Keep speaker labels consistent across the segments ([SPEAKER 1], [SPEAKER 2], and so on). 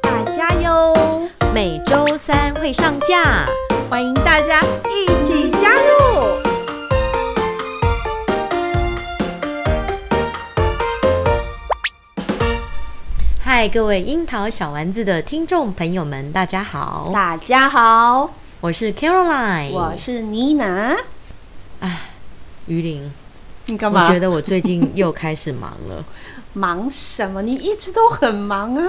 [SPEAKER 1] 大家哟，
[SPEAKER 2] 每周三会上架。
[SPEAKER 1] 欢迎大家一起加入。
[SPEAKER 2] 嗨，各位樱桃小丸子的听众朋友们，大家好，
[SPEAKER 1] 大家好，
[SPEAKER 2] 我是 Caroline，
[SPEAKER 1] 我是妮娜。
[SPEAKER 2] 鱼林。
[SPEAKER 1] 你干
[SPEAKER 2] 我觉得我最近又开始忙 了。
[SPEAKER 1] 忙什么？你一直都很忙啊。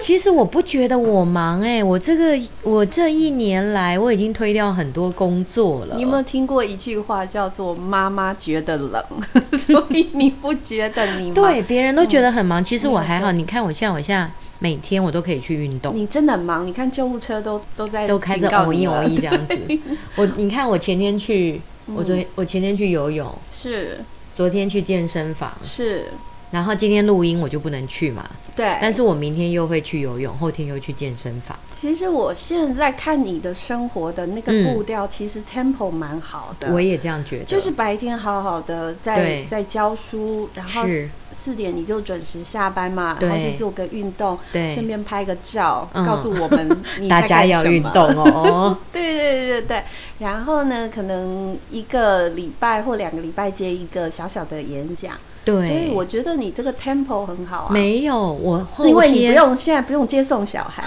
[SPEAKER 2] 其实我不觉得我忙哎、我这个我这一年来我已经推掉很多工作了。
[SPEAKER 3] 你有没有听过一句话叫做“妈妈觉得冷”， 所以你不觉得你忙？嗯
[SPEAKER 2] 对，别人都觉得很忙，其实我还好。你看我像我现在每天我都可以去运动，
[SPEAKER 3] 你真的很忙。你看救护车都都在
[SPEAKER 2] 都开始
[SPEAKER 3] 警告
[SPEAKER 2] 偶
[SPEAKER 3] 你
[SPEAKER 2] 一偶
[SPEAKER 3] 了嗯
[SPEAKER 2] 一这样子
[SPEAKER 3] 对。
[SPEAKER 2] 我你看我前天去，我昨天我前天去游泳，
[SPEAKER 3] 是
[SPEAKER 2] 昨天去健身房，
[SPEAKER 3] 是，
[SPEAKER 2] 然后今天录音我就不能去嘛，
[SPEAKER 3] 对。
[SPEAKER 2] 但是我明天又会去游泳，后天又去健身房。
[SPEAKER 3] 其实我现在看你的生活的那个
[SPEAKER 2] 嗯
[SPEAKER 3] 步调，其实 tempo 蛮好的。
[SPEAKER 2] 我也这样觉得，
[SPEAKER 3] 就是白天好好的在
[SPEAKER 2] 对
[SPEAKER 3] 在教书，然后
[SPEAKER 2] 是
[SPEAKER 3] 四点你就准时下班嘛，
[SPEAKER 2] 对
[SPEAKER 3] 然后去做个运动，
[SPEAKER 2] 对
[SPEAKER 3] 顺便拍个照，
[SPEAKER 2] 嗯
[SPEAKER 3] 告诉我们你
[SPEAKER 2] 大
[SPEAKER 3] 在
[SPEAKER 2] 家
[SPEAKER 3] 干
[SPEAKER 2] 要
[SPEAKER 3] 什
[SPEAKER 2] 运
[SPEAKER 3] 么
[SPEAKER 2] 动 哦。
[SPEAKER 3] 对对对对，然后呢，可能一个礼拜或两个礼拜接一个小小的演讲。
[SPEAKER 2] 对，
[SPEAKER 3] 对，我觉得你这个 tempo 很好啊，
[SPEAKER 2] 没有，我后天
[SPEAKER 3] 因为你不用现在不用接送小孩，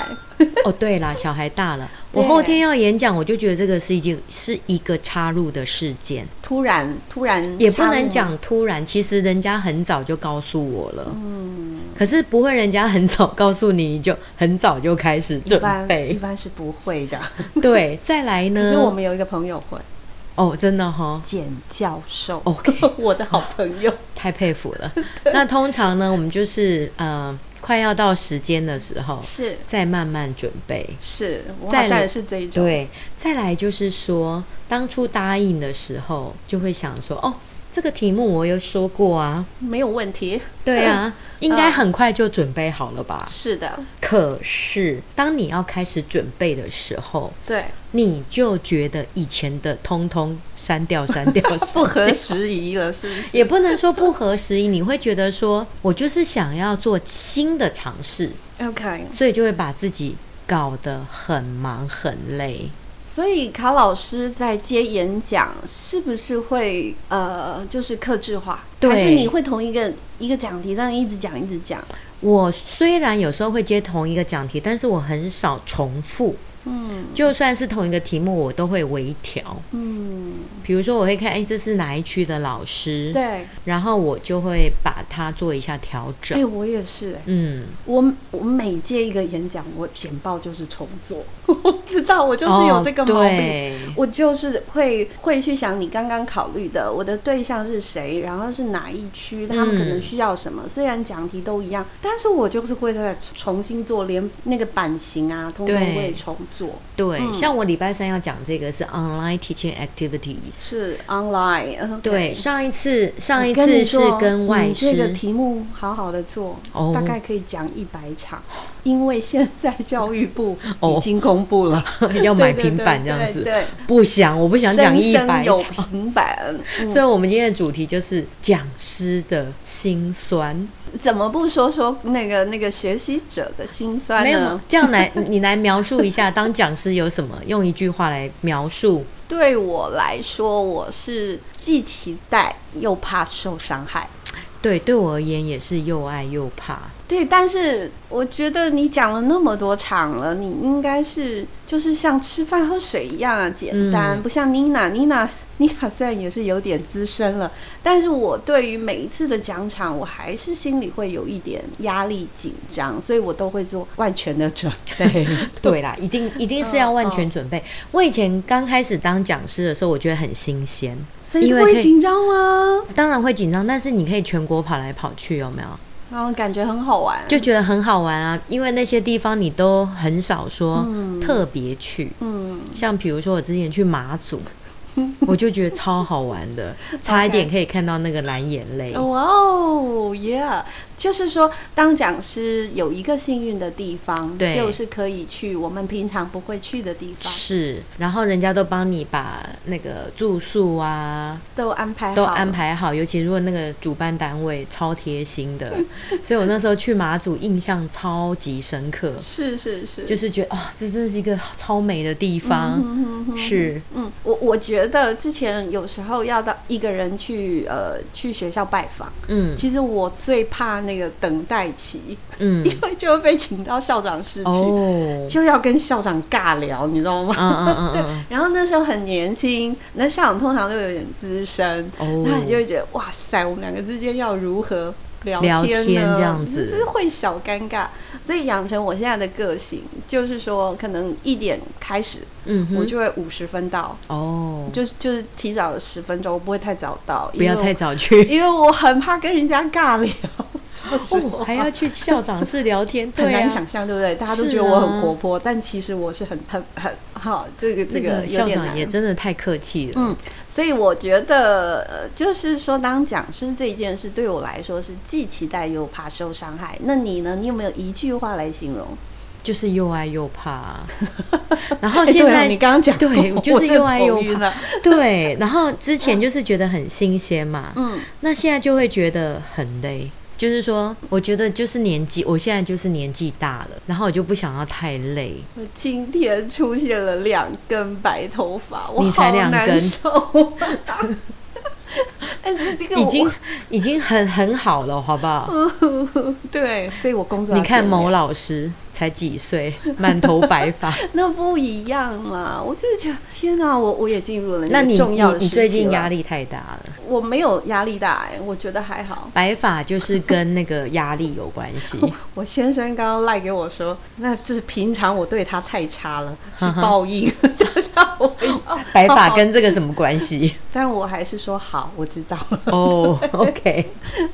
[SPEAKER 2] 哦，对啦，小孩大了，
[SPEAKER 3] 对
[SPEAKER 2] 我后天要演讲，我就觉得这个是一件是一个插入的事件，
[SPEAKER 3] 突然突然
[SPEAKER 2] 也不
[SPEAKER 3] 插入
[SPEAKER 2] 能讲突然，其实人家很早就告诉我了，嗯，可是不会人家很早告诉你，你就很早就开始
[SPEAKER 3] 一
[SPEAKER 2] 准
[SPEAKER 3] 般一
[SPEAKER 2] 备，
[SPEAKER 3] 般是不会的。
[SPEAKER 2] 对，再来呢，
[SPEAKER 3] 可是我们有一个朋友会，
[SPEAKER 2] 哦，真的哈、
[SPEAKER 3] 简教授
[SPEAKER 2] o k
[SPEAKER 3] 我的好朋友，
[SPEAKER 2] 太佩服 了。那通常呢，我们就是呃，快要到时间的时候，
[SPEAKER 3] 是
[SPEAKER 2] 再慢慢准备，
[SPEAKER 3] 是，我
[SPEAKER 2] 在
[SPEAKER 3] 好像
[SPEAKER 2] 你
[SPEAKER 3] 也是这一种。
[SPEAKER 2] 对，再来就是说，当初答应的时候，就会想说，哦，这个题目我有说过啊，
[SPEAKER 3] 没有问题。
[SPEAKER 2] 对啊，应
[SPEAKER 3] 嗯
[SPEAKER 2] 该很快就准备好了吧？
[SPEAKER 3] 是的，
[SPEAKER 2] 可是，当你要开始准备的时候，
[SPEAKER 3] 对，
[SPEAKER 2] 你就觉得以前的通通删掉，删 掉，删
[SPEAKER 3] 不合
[SPEAKER 2] 掉
[SPEAKER 3] 时宜了，是不是？
[SPEAKER 2] 也不能说不合时宜，你会觉得说，我就是想要做新的尝试，
[SPEAKER 3] OK，
[SPEAKER 2] 所以就会把自己搞得很忙很累。
[SPEAKER 3] 所以卡老师在接演讲，是不是会呃，就是克制化，
[SPEAKER 2] 对
[SPEAKER 3] 还是你会同一个一个讲题这样一直讲一直讲？
[SPEAKER 2] 我虽然有时候会接同一个讲题，但是我很少重复。嗯，就算是同一个题目，我都会微调。
[SPEAKER 3] 嗯，
[SPEAKER 2] 比如说，我会看，哎，这是哪一区的老师？，
[SPEAKER 3] 对，
[SPEAKER 2] 然后我就会把它做一下调
[SPEAKER 3] 哎、
[SPEAKER 2] 整。
[SPEAKER 3] 我也是、哎
[SPEAKER 2] 嗯，
[SPEAKER 3] 我我每接一个演讲，我简报就是重做， 我知道我就是有这个毛
[SPEAKER 2] 哦
[SPEAKER 3] 病。
[SPEAKER 2] 对
[SPEAKER 3] 我就是会会去想你刚刚考虑的，我的对象是谁，然后是哪一区，他们可
[SPEAKER 2] 嗯
[SPEAKER 3] 能需要什么。虽然讲题都一样，但是我就是会再重新做，连那个版型啊，通通
[SPEAKER 2] 对
[SPEAKER 3] 会重做。
[SPEAKER 2] 对，
[SPEAKER 3] 嗯
[SPEAKER 2] 像我礼拜三要讲这个是 online teaching activities。
[SPEAKER 3] 是 online，嗯
[SPEAKER 2] 对，。上一次上一
[SPEAKER 3] 我跟
[SPEAKER 2] 次
[SPEAKER 3] 你
[SPEAKER 2] 是
[SPEAKER 3] 说
[SPEAKER 2] 跟外
[SPEAKER 3] 你这个
[SPEAKER 2] 师，
[SPEAKER 3] 题目好好的做，
[SPEAKER 2] 哦
[SPEAKER 3] 大概可以讲一百场，因为现在教育部
[SPEAKER 2] 哦
[SPEAKER 3] 已经公布了，
[SPEAKER 2] 要买
[SPEAKER 3] 对对
[SPEAKER 2] 平板
[SPEAKER 3] 对
[SPEAKER 2] 这样子，
[SPEAKER 3] 对对
[SPEAKER 2] 不想，我不想讲一
[SPEAKER 3] 生生
[SPEAKER 2] 百
[SPEAKER 3] 有
[SPEAKER 2] 场。
[SPEAKER 3] 平板，嗯
[SPEAKER 2] 所以，我们今天的主题就是讲师的辛酸。
[SPEAKER 3] 怎么不说说那个那个学习者的心酸
[SPEAKER 2] 没有
[SPEAKER 3] 呢？
[SPEAKER 2] 这样来， 你来描述一下，当讲师有什么？用一句话来描述。
[SPEAKER 3] 对我来说，我是既期待又怕受伤害。
[SPEAKER 2] 对，对我而言也是又爱又怕。
[SPEAKER 3] 对，但是我觉得你讲了那么多场了，你应该是就是像吃饭喝水一样啊，简单，
[SPEAKER 2] 嗯
[SPEAKER 3] 不像妮娜，妮娜妮娜 虽然也是有点资深了，但是我对于每一次的讲场，我还是心里会有一点压力紧张，所以我都会做万全的准备。
[SPEAKER 2] 对啦，一定一定是要万全准备。我以前刚开始当讲师的时候，我觉得很新鲜，
[SPEAKER 3] 所以你
[SPEAKER 2] 因为可
[SPEAKER 3] 会
[SPEAKER 2] 以
[SPEAKER 3] 紧张吗？
[SPEAKER 2] 当然会紧张，但是你可以全国跑来跑去，有没有？
[SPEAKER 3] 然后感觉很好玩，
[SPEAKER 2] 就觉得很好玩啊，因为那些地方你都很少说特别去，
[SPEAKER 3] 嗯，
[SPEAKER 2] 像比如说我之前去马 祖，我就觉得超好玩的，差一点可以看到那个蓝眼泪。
[SPEAKER 3] 哦哇哦，Yeah！就是说，当讲师有一个幸运的地方，
[SPEAKER 2] 对
[SPEAKER 3] 就是可以去我们平常不会去的地方，
[SPEAKER 2] 是，然后人家都帮你把那个住宿啊
[SPEAKER 3] 都安排好，
[SPEAKER 2] 都安。排好，尤其如果那个主办单位超贴心 的，所以我那时候去马祖印象超级深刻，
[SPEAKER 3] 是是是，
[SPEAKER 2] 就是觉得啊、这真的是一个超美的地方，是
[SPEAKER 3] 嗯，我我觉得之前有时候要到一个人去呃去学校拜访，
[SPEAKER 2] 嗯
[SPEAKER 3] 其实我最怕那个等待期，
[SPEAKER 2] 嗯
[SPEAKER 3] 因为就会被请到校长室去，
[SPEAKER 2] 哦，
[SPEAKER 3] 就要跟校长尬聊，你知道吗？
[SPEAKER 2] 嗯嗯嗯
[SPEAKER 3] 然后那时候很年轻，那校长通常都有点资深，
[SPEAKER 2] 嗯，
[SPEAKER 3] 那你就
[SPEAKER 2] 哦，
[SPEAKER 3] 会觉得哇塞，我们两个之间要如何聊
[SPEAKER 2] 聊
[SPEAKER 3] 天呢？
[SPEAKER 2] 天这样子
[SPEAKER 3] 就是会小尴尬。所以养成我现在的个性，就是说可能一点开始，
[SPEAKER 2] 嗯
[SPEAKER 3] 我
[SPEAKER 2] 哼，
[SPEAKER 3] 就会五十分到，
[SPEAKER 2] 哦，
[SPEAKER 3] 就是就是提早十分钟，我不会太早到，
[SPEAKER 2] 不要
[SPEAKER 3] 因为
[SPEAKER 2] 太
[SPEAKER 3] 我，
[SPEAKER 2] 早去。
[SPEAKER 3] 因为我很怕跟人家尬 聊，说实
[SPEAKER 2] 哦，
[SPEAKER 3] 话。
[SPEAKER 2] 还要去校长室 聊天，
[SPEAKER 3] 很
[SPEAKER 2] 对啊
[SPEAKER 3] 难，想象，对不对？大家都
[SPEAKER 2] 是
[SPEAKER 3] 觉得我很
[SPEAKER 2] 啊
[SPEAKER 3] 活泼，但其实我是很很很哈，这个这
[SPEAKER 2] 那
[SPEAKER 3] 个有
[SPEAKER 2] 个嗯校
[SPEAKER 3] 点
[SPEAKER 2] 长
[SPEAKER 3] 难。
[SPEAKER 2] 也真的太客气了，
[SPEAKER 3] 嗯所以我觉得，呃，就是说，当讲师这一件事对我来说是既期待又怕受伤害。那你呢？你有没有一句话来形容？
[SPEAKER 2] 哦就是又爱又 怕。然后
[SPEAKER 3] 哎
[SPEAKER 2] 现
[SPEAKER 3] 对啊
[SPEAKER 2] 在
[SPEAKER 3] 你刚刚讲过，
[SPEAKER 2] 对
[SPEAKER 3] 我
[SPEAKER 2] 就是
[SPEAKER 3] 真的
[SPEAKER 2] 又爱
[SPEAKER 3] 头
[SPEAKER 2] 又
[SPEAKER 3] 晕
[SPEAKER 2] 怕
[SPEAKER 3] 了。
[SPEAKER 2] 对，然后之前就是觉得很新鲜嘛，
[SPEAKER 3] 嗯，
[SPEAKER 2] 那现在就会觉得很累。就是说，我觉得就是年纪，我现在就是年纪大了，然后我就不想要太累。
[SPEAKER 3] 我今天出现了两根白头发，我
[SPEAKER 2] 你才
[SPEAKER 3] 好
[SPEAKER 2] 两
[SPEAKER 3] 难
[SPEAKER 2] 根
[SPEAKER 3] 受。 但是这个
[SPEAKER 2] 已
[SPEAKER 3] 我嗯
[SPEAKER 2] 经已经很很好了，好不好？
[SPEAKER 3] 对，所以我工作
[SPEAKER 2] 你
[SPEAKER 3] 要
[SPEAKER 2] 看
[SPEAKER 3] 减
[SPEAKER 2] 某
[SPEAKER 3] 量
[SPEAKER 2] 老师才 几岁，满头白发。
[SPEAKER 3] 那不一样嘛，我就是觉得天哪、我我也进入了
[SPEAKER 2] 那
[SPEAKER 3] 个
[SPEAKER 2] 你
[SPEAKER 3] 重要
[SPEAKER 2] 你
[SPEAKER 3] 的
[SPEAKER 2] 你最近压
[SPEAKER 3] 力，
[SPEAKER 2] 力太大了，
[SPEAKER 3] 我没有压力大哎、我觉得还好。
[SPEAKER 2] 白发就是跟那个压力有关 系。
[SPEAKER 3] 我先生刚刚赖给我说，那就是平常我对他太差 了，是
[SPEAKER 2] 嗯哼
[SPEAKER 3] 报应。 我
[SPEAKER 2] 白发跟这个什么关系？
[SPEAKER 3] 但我还是说好，我知道 了。
[SPEAKER 2] 哦、o k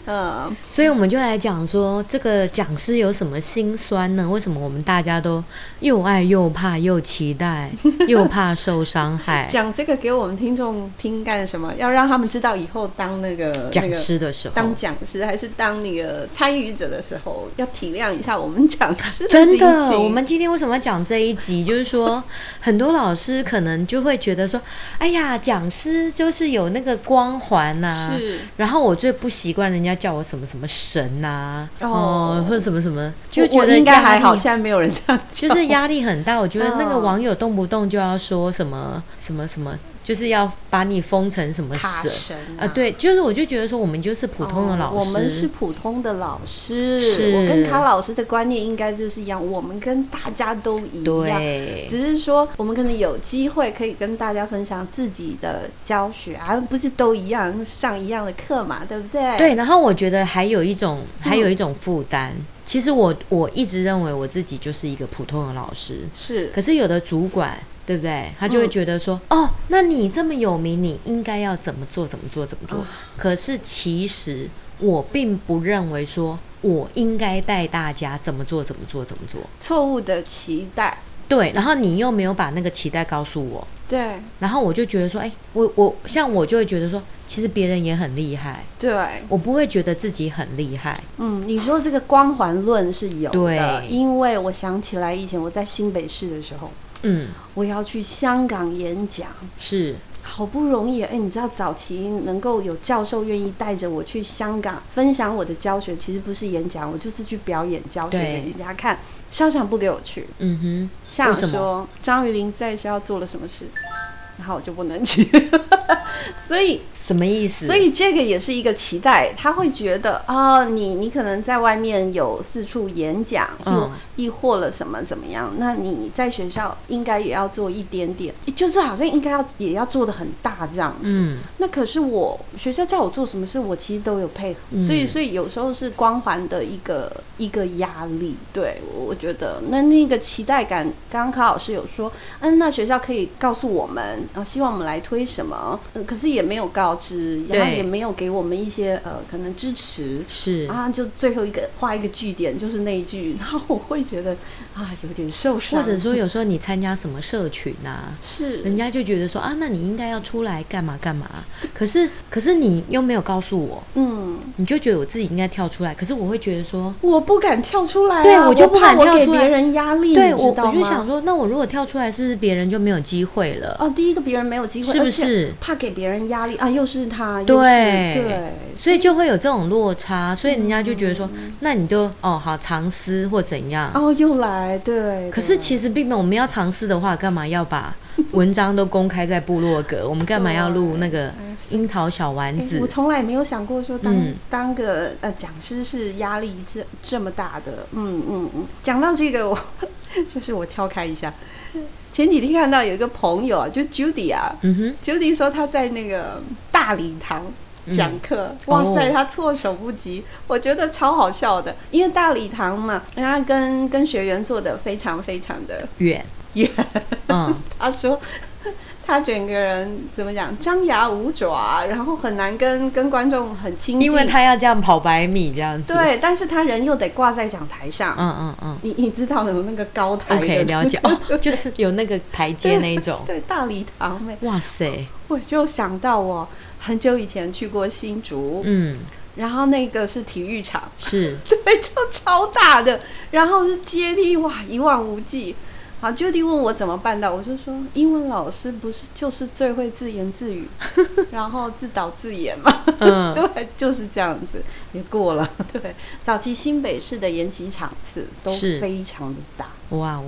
[SPEAKER 3] 嗯，
[SPEAKER 2] 所以我们就来讲说，这个讲师有什么心酸呢？为什么我们大家都又爱又怕又期 待，又怕受伤害？
[SPEAKER 3] 讲这个给我们听众听干什么？要让他们知道以后当那个那
[SPEAKER 2] 讲
[SPEAKER 3] 个
[SPEAKER 2] 师的时候，
[SPEAKER 3] 当讲师还是当那个参与者的时候，要体谅一下我们讲师 的心
[SPEAKER 2] 真的，
[SPEAKER 3] 情
[SPEAKER 2] 我们今天为什么要讲这一集？就是说，很多老师可能就会觉得说，哎呀，讲师就是有那个光环呐、
[SPEAKER 3] 是
[SPEAKER 2] 然后我最不习惯人家叫我什么什么神呐、
[SPEAKER 3] 哦
[SPEAKER 2] 哦、或者什么什么，就
[SPEAKER 3] 我
[SPEAKER 2] 觉
[SPEAKER 3] 我
[SPEAKER 2] 得
[SPEAKER 3] 应该
[SPEAKER 2] 压
[SPEAKER 3] 还好，
[SPEAKER 2] 力
[SPEAKER 3] 现在没有人这样讲。
[SPEAKER 2] 就是压力很大。我觉得那个
[SPEAKER 3] 嗯
[SPEAKER 2] 网友动不动就要说什么什么什么，就是要把你封成什么
[SPEAKER 3] 卡
[SPEAKER 2] 神
[SPEAKER 3] 神
[SPEAKER 2] 啊？对，就是我就觉得说我们就是普通的老师，
[SPEAKER 3] 哦我们是普通的老师。
[SPEAKER 2] 是
[SPEAKER 3] 我跟卡老师的观念应该就是一样，我们跟大家都一样。
[SPEAKER 2] 对，
[SPEAKER 3] 只是说，我们可能有机会可以跟大家分享自己的教学啊，不是都一样上一样的课嘛，对不对？
[SPEAKER 2] 对，然后我觉得还有一种，
[SPEAKER 3] 嗯
[SPEAKER 2] 还有一种负担。其实我我一直认为我自己就是一个普通的老师，
[SPEAKER 3] 是
[SPEAKER 2] 可是有的主管，对不对？他就会
[SPEAKER 3] 嗯
[SPEAKER 2] 觉得说，哦，那你这么有名，你应该要怎么做，怎么做，怎么做。可是其实我并不认为说我应该带大家怎么做，怎么做，怎么做。
[SPEAKER 3] 错误的期待。
[SPEAKER 2] 对，然后你又没有把那个期待告诉我，
[SPEAKER 3] 对
[SPEAKER 2] 然后我就觉得说，哎，我我像我就会觉得说，其实别人也很厉害，
[SPEAKER 3] 对，
[SPEAKER 2] 我不会觉得自己很厉害。
[SPEAKER 3] 嗯，你说这个光环论是有的，
[SPEAKER 2] 对
[SPEAKER 3] 因为我想起来以前我在新北市的时候，
[SPEAKER 2] 嗯，
[SPEAKER 3] 我要去香港演讲。
[SPEAKER 2] 是。
[SPEAKER 3] 好不容易，哎、你知道早期能够有教授愿意带着我去香港分享我的教学，其实不是演讲，我就是去表演教学
[SPEAKER 2] 对
[SPEAKER 3] 给人家看。校长不给我去，
[SPEAKER 2] 嗯
[SPEAKER 3] 校
[SPEAKER 2] 为什
[SPEAKER 3] 长
[SPEAKER 2] 么
[SPEAKER 3] 说张雨林在学校做了什么事，然后我就不能 去。所以，
[SPEAKER 2] 哼，什么意思？
[SPEAKER 3] 所以这个也是一个期待，他会觉得啊、你你可能在外面有四处演讲，又、
[SPEAKER 2] 嗯
[SPEAKER 3] 亦或了什么怎么样？那你在学校应该也要做一点点，就是好像应该要也要做的很大这样子。
[SPEAKER 2] 嗯，
[SPEAKER 3] 那可是我学校叫我做什么事，我其实都有配合，
[SPEAKER 2] 嗯
[SPEAKER 3] 所以所以有时候是光环的一个一个压力。对，我我觉得那那个期待感，刚刚柯老师有说，嗯，那学校可以告诉我们，啊，希望我们来推什么，嗯可是也没有告告知，然后
[SPEAKER 2] 对
[SPEAKER 3] 也没有给我们一些呃可能支持。
[SPEAKER 2] 是
[SPEAKER 3] 啊，就最后一个画一个句点，就是那一句，然后我会觉得啊，有点受伤，
[SPEAKER 2] 或者说有时候你参加什么社群啊，
[SPEAKER 3] 是
[SPEAKER 2] 人家就觉得说啊，那你应该要出来干嘛干嘛。可是可是你又没有告诉我，
[SPEAKER 3] 嗯，
[SPEAKER 2] 你就觉得我自己应该跳出来。可是我会觉得说，
[SPEAKER 3] 我不敢跳出来、啊，
[SPEAKER 2] 对
[SPEAKER 3] 我
[SPEAKER 2] 我就
[SPEAKER 3] 不
[SPEAKER 2] 不
[SPEAKER 3] 怕
[SPEAKER 2] 敢
[SPEAKER 3] 我
[SPEAKER 2] 跳
[SPEAKER 3] 给
[SPEAKER 2] 出来
[SPEAKER 3] 别人压力，
[SPEAKER 2] 对
[SPEAKER 3] 你
[SPEAKER 2] 我
[SPEAKER 3] 知道
[SPEAKER 2] 我就
[SPEAKER 3] 吗
[SPEAKER 2] 想说，那我如果跳出来，是不是别人就没有机会了？
[SPEAKER 3] 哦，第一个别人没有机会，
[SPEAKER 2] 是不
[SPEAKER 3] 而且
[SPEAKER 2] 是
[SPEAKER 3] 怕给别人压力啊？又是他，又是
[SPEAKER 2] 对
[SPEAKER 3] 对，
[SPEAKER 2] 所以就会有这种落差，所以人家就觉得说，那你就哦好藏私或怎样。
[SPEAKER 3] 哦，又来，对。
[SPEAKER 2] 可是
[SPEAKER 3] 对
[SPEAKER 2] 其实并没有，我们要尝试的话，干嘛 要把文章都公开在部落格？我们干嘛要录那个樱桃小丸
[SPEAKER 3] 啊哎
[SPEAKER 2] 子
[SPEAKER 3] 我？从来没有想过说当、
[SPEAKER 2] 嗯
[SPEAKER 3] 当个呃讲师是压力这这么大的，嗯嗯嗯。讲到这个，我 就是我跳开一下，前几天看到有一个朋友啊，就 Judy 啊
[SPEAKER 2] 嗯哼，
[SPEAKER 3] ，Judy 说她在那个大礼堂。
[SPEAKER 2] 嗯
[SPEAKER 3] 讲课，哇塞，
[SPEAKER 2] 哦
[SPEAKER 3] 她措手不及，我觉得超好笑的。因为大礼堂嘛，人家跟跟学员做的非常非常的
[SPEAKER 2] 远
[SPEAKER 3] 远，
[SPEAKER 2] 嗯，
[SPEAKER 3] 他说他整个人怎么讲，张牙舞爪，然后很难跟跟观众很亲近。
[SPEAKER 2] 因为他要这样跑百米这样子。，
[SPEAKER 3] 对，但是他人又得挂在讲台上。
[SPEAKER 2] 嗯嗯嗯
[SPEAKER 3] 你你知道有那个高台的
[SPEAKER 2] ，OK，了解。 哦，就是有那个台阶那一种。
[SPEAKER 3] 对大礼堂妹，
[SPEAKER 2] 哇塞，
[SPEAKER 3] 我就想到我很久以前去过新竹，
[SPEAKER 2] 嗯，
[SPEAKER 3] 然后那个是体育场，
[SPEAKER 2] 是
[SPEAKER 3] 对，就超大的，然后是阶梯，哇，一望无际。好，就地问我怎么办到，我就说英文老师不是就是最会自言自语， 然后自导自演嘛，
[SPEAKER 2] 嗯
[SPEAKER 3] 对，就是这样子，也过了。对，早期新北市的研习场次都
[SPEAKER 2] 是
[SPEAKER 3] 非常的大，
[SPEAKER 2] 哇哦，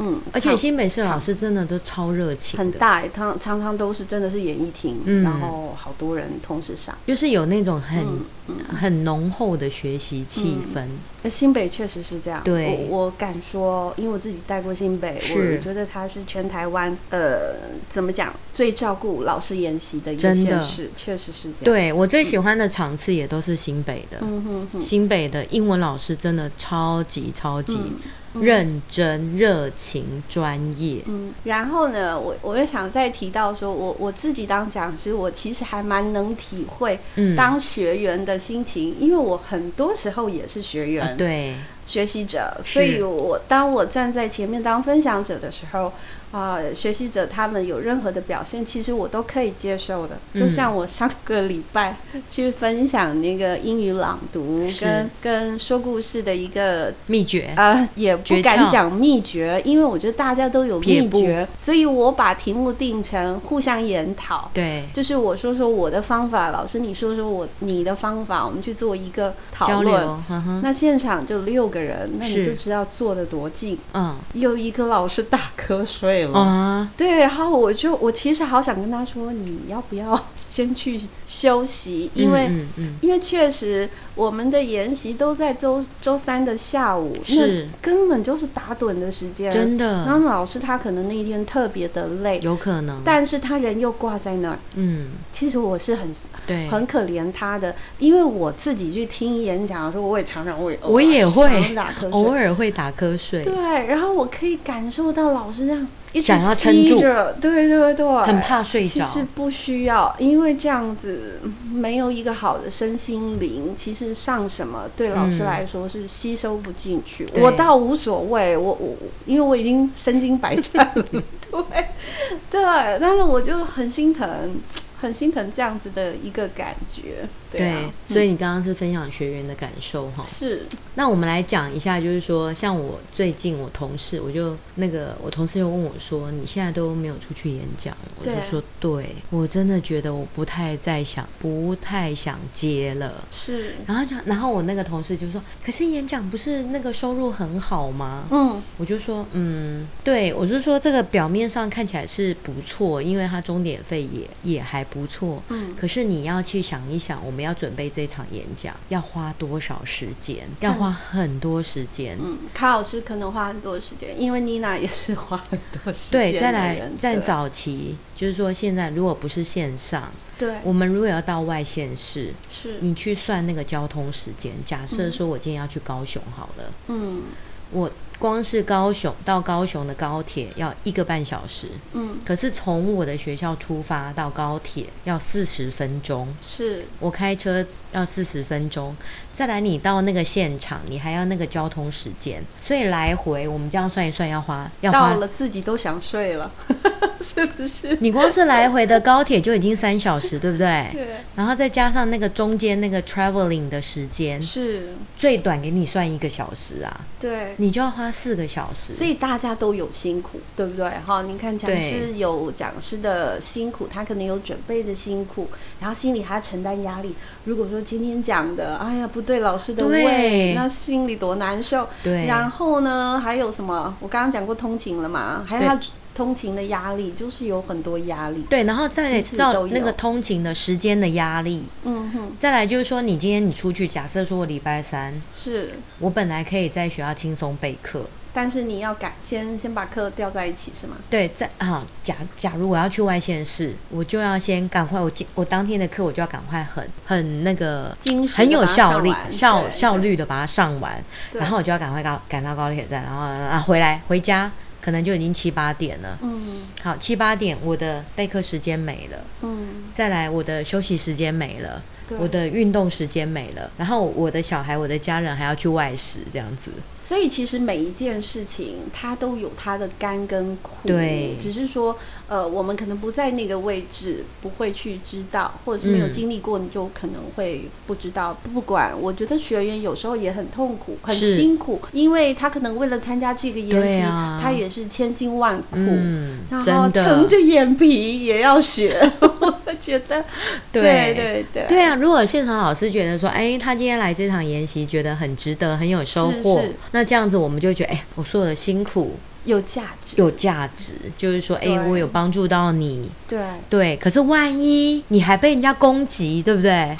[SPEAKER 3] 嗯，
[SPEAKER 2] 而且
[SPEAKER 3] 场
[SPEAKER 2] 新北市老师真的都超热情的，
[SPEAKER 3] 很大欸，常常常都是真的是演艺厅，
[SPEAKER 2] 嗯
[SPEAKER 3] 然后好多人同时上。
[SPEAKER 2] 就是有那种很、
[SPEAKER 3] 嗯嗯
[SPEAKER 2] 很浓厚的学习气氛。
[SPEAKER 3] 呃新北确实是这样，
[SPEAKER 2] 对
[SPEAKER 3] 我我敢说，因为我自己带过新北，
[SPEAKER 2] 是
[SPEAKER 3] 我觉得它是全台湾呃怎么讲最照顾老师研习的一个
[SPEAKER 2] 真的
[SPEAKER 3] 县市，确实是这样。，
[SPEAKER 2] 对我最喜欢的场次也都是新北的，
[SPEAKER 3] 嗯哼哼，
[SPEAKER 2] 新北的英文老师真的超级超级
[SPEAKER 3] 嗯
[SPEAKER 2] 认真、热情、专业。
[SPEAKER 3] 嗯，然后呢，我我又想再提到说，我我自己当讲师，我其实还蛮能体会
[SPEAKER 2] 嗯，
[SPEAKER 3] 当学员的心情，因为我很多时候也是学员，
[SPEAKER 2] 啊对，
[SPEAKER 3] 学习者，
[SPEAKER 2] 是
[SPEAKER 3] 所以我当我站在前面当分享者的时候，啊、学习者他们有任何的表现，其实我都可以接受的。
[SPEAKER 2] 嗯
[SPEAKER 3] 就像我上个礼拜去分享那个英语朗读
[SPEAKER 2] 是哎
[SPEAKER 3] 跟跟说故事的一个
[SPEAKER 2] 秘诀
[SPEAKER 3] 呃，也不
[SPEAKER 2] 诀
[SPEAKER 3] 敢
[SPEAKER 2] 窍
[SPEAKER 3] 讲秘诀，因为我觉得大家都有
[SPEAKER 2] 撇
[SPEAKER 3] 秘
[SPEAKER 2] 步
[SPEAKER 3] 诀，所以我把题目定成互相研讨。
[SPEAKER 2] 对
[SPEAKER 3] 就是我说说我的方法，老师你说说我你的方法，我们去做一个讨
[SPEAKER 2] 交
[SPEAKER 3] 论。
[SPEAKER 2] 流，嗯哼，
[SPEAKER 3] 那现场就六个人，那你
[SPEAKER 2] 是
[SPEAKER 3] 就知道坐得多近。
[SPEAKER 2] 嗯
[SPEAKER 3] 有一个老师打瞌睡了，
[SPEAKER 2] 啊，
[SPEAKER 3] 对，然后我就我其实好想跟他说，你要不要先去休息？因为、
[SPEAKER 2] 嗯嗯
[SPEAKER 3] 因为确实我们的研习都在周周三的下午，
[SPEAKER 2] 嗯是
[SPEAKER 3] 那根本就是打盹的时间。
[SPEAKER 2] 真
[SPEAKER 3] 然后
[SPEAKER 2] 的，
[SPEAKER 3] 老师他可能那一天特别的累，
[SPEAKER 2] 有可能，
[SPEAKER 3] 但是他人又挂在那儿。
[SPEAKER 2] 嗯，
[SPEAKER 3] 其实我是很
[SPEAKER 2] 对，
[SPEAKER 3] 很可怜他的，因为我自己去听演讲的时候，我也常常会
[SPEAKER 2] 我也会
[SPEAKER 3] 常打瞌睡，
[SPEAKER 2] 偶尔会打瞌睡，
[SPEAKER 3] 对，然后我可以感受到老师这样一直
[SPEAKER 2] 想要撑
[SPEAKER 3] 吸
[SPEAKER 2] 住
[SPEAKER 3] 着对对对，
[SPEAKER 2] 很怕睡
[SPEAKER 3] 其
[SPEAKER 2] 着，
[SPEAKER 3] 实不需要，因为这样子嗯没有一个好的身心灵，其实上什么对老师
[SPEAKER 2] 嗯
[SPEAKER 3] 来说是吸收不进去。
[SPEAKER 2] 对
[SPEAKER 3] 我倒无所谓，我我我因为我已经身经百战 了，对对，但是我就很心疼，很心疼这样子的一个感觉。
[SPEAKER 2] 对
[SPEAKER 3] 啊，
[SPEAKER 2] 所以你刚刚是分享学员的感受哈，
[SPEAKER 3] 是
[SPEAKER 2] 那我们来讲一下，就是说，像我最近我同事，我就那个我同事就问我说：“你现在都没有出去演讲？”我就
[SPEAKER 3] 对啊
[SPEAKER 2] 说：“对，我真的觉得我不太在想，不太想接了。”
[SPEAKER 3] 是，
[SPEAKER 2] 然后就，然后我那个同事就说：“可是演讲不是那个收入很好吗？”
[SPEAKER 3] 嗯
[SPEAKER 2] 我就说，嗯，对，我是说这个表面上看起来是不错，因为它钟点费也也还不错，
[SPEAKER 3] 嗯
[SPEAKER 2] 可是你要去想一想，我们要准备这场演讲要花多少时间，要花很多时间。
[SPEAKER 3] 嗯，卡老师可能花很多时间，因为妮娜也是花很多时间
[SPEAKER 2] 对，
[SPEAKER 3] 的
[SPEAKER 2] 再来
[SPEAKER 3] 人
[SPEAKER 2] 在
[SPEAKER 3] 对
[SPEAKER 2] 早期，就是说现在如果不是线上，
[SPEAKER 3] 对
[SPEAKER 2] 我们如果要到外县市，
[SPEAKER 3] 是
[SPEAKER 2] 你去算那个交通时间。假设说我今天要去高雄好了，
[SPEAKER 3] 嗯
[SPEAKER 2] 我光是高雄到高雄的高铁要一个半小时，
[SPEAKER 3] 嗯，
[SPEAKER 2] 可是从我的学校出发到高铁要四十分钟，
[SPEAKER 3] 是
[SPEAKER 2] 我开车要四十分钟，再来你到那个现场，你还要那个交通时间，所以来回我们这样算一算要花要花
[SPEAKER 3] 到了自己都想睡了， 是不是？
[SPEAKER 2] 你光是来回的高铁就已经三小时，对不对？
[SPEAKER 3] 对，
[SPEAKER 2] 然后再加上那个中间那个 traveling 的时间，
[SPEAKER 3] 是，
[SPEAKER 2] 最短给你算一个小时啊，
[SPEAKER 3] 对。
[SPEAKER 2] 你就要花四个小时。
[SPEAKER 3] 所以大家都有辛苦，对不对？哈，你看讲
[SPEAKER 2] 对
[SPEAKER 3] 师有讲师的辛苦，他可能有准备的辛苦，然后心里还要承担压力。如果说今天讲的，哎呀，不对老师的
[SPEAKER 2] 对
[SPEAKER 3] 胃，那心里多难受。
[SPEAKER 2] 对，
[SPEAKER 3] 然后呢，还有什么？我刚刚讲过通勤了嘛，还有
[SPEAKER 2] 对
[SPEAKER 3] 他通勤的压力，就是有很多压力。
[SPEAKER 2] 对，然后再来
[SPEAKER 3] 彼此都
[SPEAKER 2] 照
[SPEAKER 3] 有
[SPEAKER 2] 那个通勤的时间的压力，
[SPEAKER 3] 嗯哼，
[SPEAKER 2] 再来就是说，你今天你出去，假设说我礼拜三，
[SPEAKER 3] 是。
[SPEAKER 2] 我本来可以在学校轻松备课，
[SPEAKER 3] 但是你要赶，先先把课调在一起是吗？
[SPEAKER 2] 对，在啊，假假如我要去外县市，我就要先赶快，我今我当天的课我就要赶快很很那个
[SPEAKER 3] 精实地
[SPEAKER 2] 很有
[SPEAKER 3] 把它
[SPEAKER 2] 效
[SPEAKER 3] 上
[SPEAKER 2] 率
[SPEAKER 3] 完
[SPEAKER 2] 效
[SPEAKER 3] 对
[SPEAKER 2] 效
[SPEAKER 3] 对
[SPEAKER 2] 率的把它上完，
[SPEAKER 3] 对
[SPEAKER 2] 然后我就要赶快高赶到高铁站，然后啊回来回家可能就已经七八点了。
[SPEAKER 3] 嗯
[SPEAKER 2] 好，七八点我的备课时间没了，
[SPEAKER 3] 嗯，
[SPEAKER 2] 再来我的休息时间没了，
[SPEAKER 3] 对
[SPEAKER 2] 我的运动时间没了，然后我的小孩、我的家人还要去外食这样子。
[SPEAKER 3] 所以其实每一件事情，它都有它的甘跟苦，
[SPEAKER 2] 对
[SPEAKER 3] 只是说，呃，我们可能不在那个位置，不会去知道，或者是没有
[SPEAKER 2] 嗯
[SPEAKER 3] 经历过，你就可能会不知道。不管，我觉得学员有时候也很痛苦，很
[SPEAKER 2] 是
[SPEAKER 3] 辛苦，因为他可能为了参加这个研
[SPEAKER 2] 对
[SPEAKER 3] 习，
[SPEAKER 2] 啊
[SPEAKER 3] 他也是千辛万苦。
[SPEAKER 2] 嗯，
[SPEAKER 3] 然后
[SPEAKER 2] 真
[SPEAKER 3] 撑
[SPEAKER 2] 的，
[SPEAKER 3] 着眼皮也要学，我觉得，对对对，
[SPEAKER 2] 对啊，如果现场老师觉得说，哎，他今天来这场研习觉得很值得，很有收
[SPEAKER 3] 是
[SPEAKER 2] 获
[SPEAKER 3] 是，
[SPEAKER 2] 那这样子我们就会觉得，哎，我所有的辛苦
[SPEAKER 3] 有价值，
[SPEAKER 2] 有价值，就是说，哎，
[SPEAKER 3] 对
[SPEAKER 2] 我有帮助到你。
[SPEAKER 3] 对，
[SPEAKER 2] 对，可是万一你还被人家攻击，对 不对？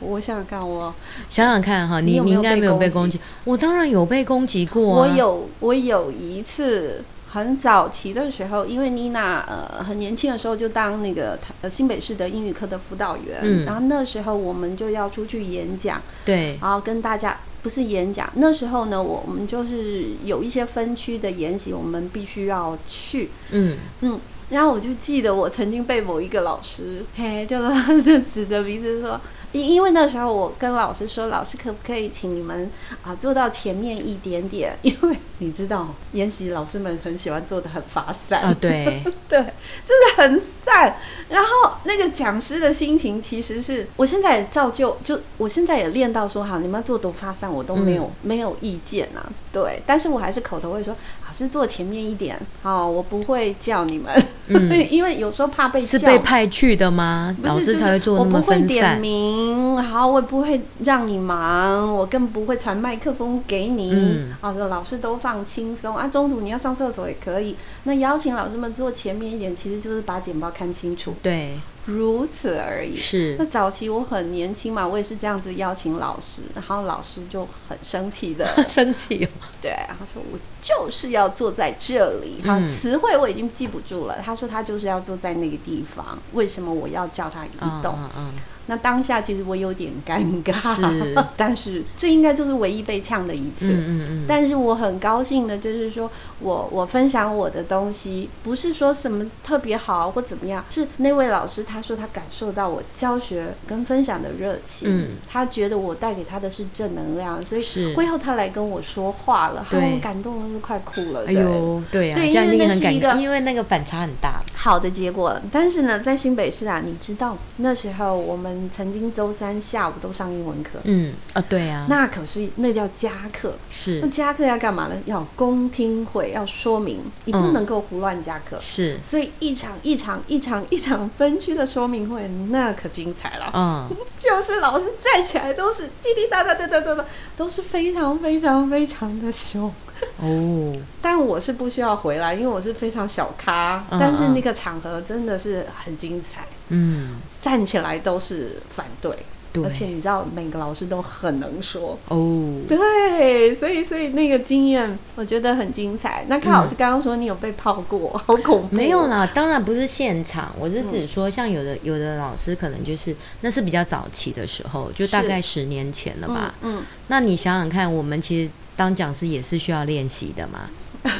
[SPEAKER 3] 我想想看，我
[SPEAKER 2] 想想看哈，你
[SPEAKER 3] 你有没有
[SPEAKER 2] 应该
[SPEAKER 3] 被
[SPEAKER 2] 没有被
[SPEAKER 3] 攻
[SPEAKER 2] 攻击，我当然有被攻击过、啊，
[SPEAKER 3] 我有我有一次很早期的时候，因为妮娜呃很年轻的时候就当那个台呃新北市的英语课的辅导员，
[SPEAKER 2] 嗯
[SPEAKER 3] 然后那时候我们就要出去演讲，
[SPEAKER 2] 对
[SPEAKER 3] 然后跟大家不是演讲，那时候呢我我们就是有一些分区的研习，我们必须要去，
[SPEAKER 2] 嗯，
[SPEAKER 3] 嗯，然后我就记得我曾经被某一个老师，嘿，就是 就指着鼻子说，因因为那时候我跟老师说，老师可不可以请你们啊坐到前面一点点，因为你知道，研习老师们很喜欢坐的很发散
[SPEAKER 2] 啊，对，
[SPEAKER 3] 对，就是很散。然后那个讲师的心情其实是，我现在也照旧，就我现在也练到说，好，你们要做多发散，我
[SPEAKER 2] 嗯
[SPEAKER 3] 都没有、没有意见啊。对，但是我还是口头会说，老师坐前面一点，哦，我不会叫你们，
[SPEAKER 2] 嗯
[SPEAKER 3] 因为有时候怕被
[SPEAKER 2] 是
[SPEAKER 3] 叫
[SPEAKER 2] 被
[SPEAKER 3] 嘛
[SPEAKER 2] 派去的吗？
[SPEAKER 3] 不是
[SPEAKER 2] 老师
[SPEAKER 3] 就是
[SPEAKER 2] 才会做那么
[SPEAKER 3] 我不会
[SPEAKER 2] 分
[SPEAKER 3] 点
[SPEAKER 2] 散。
[SPEAKER 3] 名，好，我也不会让你忙，我更不会传麦克风给你。
[SPEAKER 2] 嗯
[SPEAKER 3] 啊，老师都放轻松啊，中途你要上厕所也可以。那邀请老师们坐前面一点，其实就是把简报看清楚，
[SPEAKER 2] 对，
[SPEAKER 3] 如此而已。
[SPEAKER 2] 是
[SPEAKER 3] 那早期我很年轻嘛，我也是这样子邀请老师，然后老师就很 生气 的
[SPEAKER 2] 生气哦。
[SPEAKER 3] 对，啊他说我就是要坐在这里，哈、
[SPEAKER 2] 嗯
[SPEAKER 3] 词汇我已经记不住了。他说他就是要坐在那个地方，为什么我要叫他移
[SPEAKER 2] 嗯
[SPEAKER 3] 动？
[SPEAKER 2] 嗯嗯，
[SPEAKER 3] 那当下其实我有点尴尬，
[SPEAKER 2] 是
[SPEAKER 3] 但是这应该就是唯一被呛的一次。
[SPEAKER 2] 嗯嗯嗯，
[SPEAKER 3] 但是我很高兴的，就是说我我分享我的东西，不是说什么特别好或怎么样，是那位老师他说他感受到我教学跟分享的热情，
[SPEAKER 2] 嗯
[SPEAKER 3] 他觉得我带给他的是正能量，所以
[SPEAKER 2] 是
[SPEAKER 3] 会后他来跟我说话了，他
[SPEAKER 2] 对
[SPEAKER 3] 我感动的都快哭了，
[SPEAKER 2] 哎
[SPEAKER 3] 对
[SPEAKER 2] 呦，对啊，
[SPEAKER 3] 对
[SPEAKER 2] 这样
[SPEAKER 3] 因
[SPEAKER 2] 你
[SPEAKER 3] 为那
[SPEAKER 2] 很
[SPEAKER 3] 是
[SPEAKER 2] 感
[SPEAKER 3] 一个
[SPEAKER 2] 因为那个反差很大。
[SPEAKER 3] 好的结果。但是呢，在新北市啊，你知道那时候我们曾经周三下午都上英文课，
[SPEAKER 2] 嗯啊，对啊，
[SPEAKER 3] 那可是那叫加课。那
[SPEAKER 2] 是
[SPEAKER 3] 加课要干嘛呢？要公听会，要说明，你不
[SPEAKER 2] 嗯
[SPEAKER 3] 能够胡乱加课。
[SPEAKER 2] 是，
[SPEAKER 3] 所以一场一场一场一场分区的说明会，那可精彩了。
[SPEAKER 2] 嗯，
[SPEAKER 3] 就是老师站起来都是滴滴答答答答答答，都是非常非常非常的凶。
[SPEAKER 2] 哦，
[SPEAKER 3] 但我是不需要回来，因为我是非常小咖，
[SPEAKER 2] 嗯
[SPEAKER 3] 但是
[SPEAKER 2] 嗯
[SPEAKER 3] 那个场合真的是很精彩，
[SPEAKER 2] 嗯，
[SPEAKER 3] 站起来都是反对，
[SPEAKER 2] 对
[SPEAKER 3] 而且你知道每个老师都很能说，
[SPEAKER 2] 哦，
[SPEAKER 3] 对，所以所以那个经验我觉得很精彩。那看老师刚刚说你有被泡过，好恐怖，哦
[SPEAKER 2] 嗯没有，啦，当然不是现场，我
[SPEAKER 3] 嗯
[SPEAKER 2] 是指说，像有的有的老师可能就是那是比较早期的时候，就大
[SPEAKER 3] 是
[SPEAKER 2] 概十年前了吧。
[SPEAKER 3] 嗯嗯，
[SPEAKER 2] 那你想想看，我们其实当讲师也是需要练习的 嘛。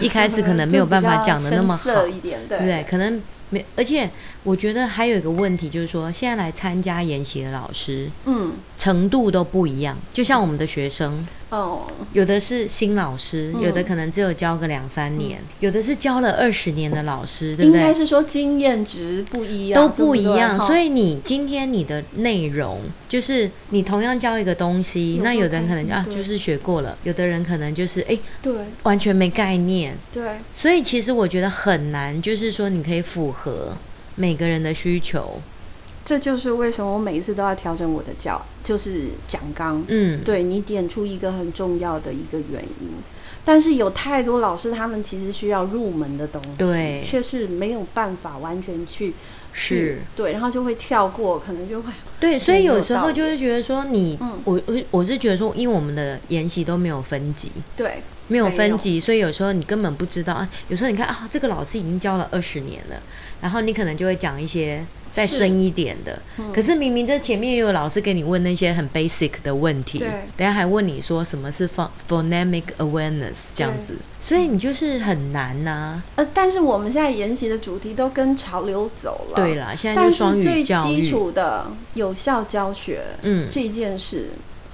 [SPEAKER 2] 一开始可能没有办法讲的那么好，
[SPEAKER 3] 就比较深色一点，对
[SPEAKER 2] 对不对？可能没，而且我觉得还有一个问题就是说，现在来参加研习的老师
[SPEAKER 3] 嗯，
[SPEAKER 2] 程度都不一样，就像我们的学生，
[SPEAKER 3] 哦，
[SPEAKER 2] 有的是新老师，
[SPEAKER 3] 嗯
[SPEAKER 2] 有的可能只有教个两三年，有的是教了二十年的老师，对
[SPEAKER 3] 应
[SPEAKER 2] 不
[SPEAKER 3] 该
[SPEAKER 2] 对？
[SPEAKER 3] 是说经验值不一样，
[SPEAKER 2] 都不一样，所
[SPEAKER 3] 以
[SPEAKER 2] 以你今天你的内容就是你同样教一个东西，那有的人可能啊
[SPEAKER 3] 对
[SPEAKER 2] 就是学过了，有的人可能就是哎
[SPEAKER 3] 对
[SPEAKER 2] 完全没概念，
[SPEAKER 3] 对，
[SPEAKER 2] 所以其实我觉得很难，就是说你可以符合每个人的需求。
[SPEAKER 3] 这就是为什么我每一次都要调整我的教，就是讲纲，
[SPEAKER 2] 嗯，
[SPEAKER 3] 对你点出一个很重要的一个原因。但是有太多老师，他们其实需要入门的东西，
[SPEAKER 2] 对
[SPEAKER 3] 却是没有办法完全去
[SPEAKER 2] 是
[SPEAKER 3] 去对，然后就会跳过，可能就会
[SPEAKER 2] 对，所以
[SPEAKER 3] 没有
[SPEAKER 2] 有时
[SPEAKER 3] 道
[SPEAKER 2] 候
[SPEAKER 3] 理
[SPEAKER 2] 就是觉得说你，
[SPEAKER 3] 嗯
[SPEAKER 2] 我我我是觉得说，因为我们的研习都没有分级，
[SPEAKER 3] 对
[SPEAKER 2] 没有
[SPEAKER 3] 没
[SPEAKER 2] 分
[SPEAKER 3] 有
[SPEAKER 2] 级，所以有时候你根本不知道啊。有时候你看啊，这个老师已经教了二十年了，然后你可能就会讲一些再
[SPEAKER 3] 是嗯
[SPEAKER 2] 深一点的。可是明明这前面也有老师给你问那些很 basic 的问题，
[SPEAKER 3] 对
[SPEAKER 2] 等一下还问你说什么是 phon- phonemic awareness 这样
[SPEAKER 3] 对嗯
[SPEAKER 2] 子，所以你就是很难啊呐、
[SPEAKER 3] 呃，但是我们现在研习的主题都跟潮流走了，
[SPEAKER 2] 对啦，现在
[SPEAKER 3] 但
[SPEAKER 2] 就是双
[SPEAKER 3] 是
[SPEAKER 2] 语
[SPEAKER 3] 最
[SPEAKER 2] 教
[SPEAKER 3] 基
[SPEAKER 2] 育，
[SPEAKER 3] 础的有效教学
[SPEAKER 2] 嗯，
[SPEAKER 3] 这件事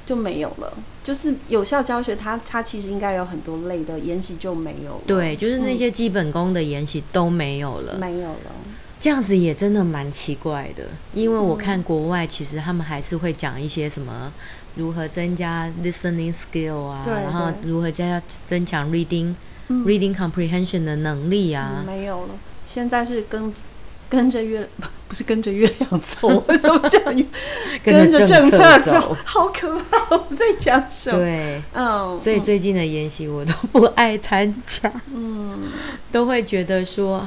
[SPEAKER 3] 就没有了，就是有效教学它它其实应该有很多类的研习就没有了，，
[SPEAKER 2] 对，就是
[SPEAKER 3] 嗯
[SPEAKER 2] 那些基本功的研习都没有了。
[SPEAKER 3] 没有了，
[SPEAKER 2] 这样子也真的蛮奇怪的，因为我看国外其实他们还是会讲一些什么如何增加 listening skill 啊，
[SPEAKER 3] 对
[SPEAKER 2] 然后
[SPEAKER 3] 对
[SPEAKER 2] 如何加增强 reading、
[SPEAKER 3] 嗯
[SPEAKER 2] reading comprehension 的能力啊
[SPEAKER 3] 嗯，没有了。现在是跟跟着月不不是跟着月亮 走，我为什么讲月嗯跟着政策走？好可怕！我在讲什么？
[SPEAKER 2] 对，
[SPEAKER 3] 嗯，
[SPEAKER 2] 所以最近的研习我都不爱参加，
[SPEAKER 3] 嗯
[SPEAKER 2] 都会觉得说。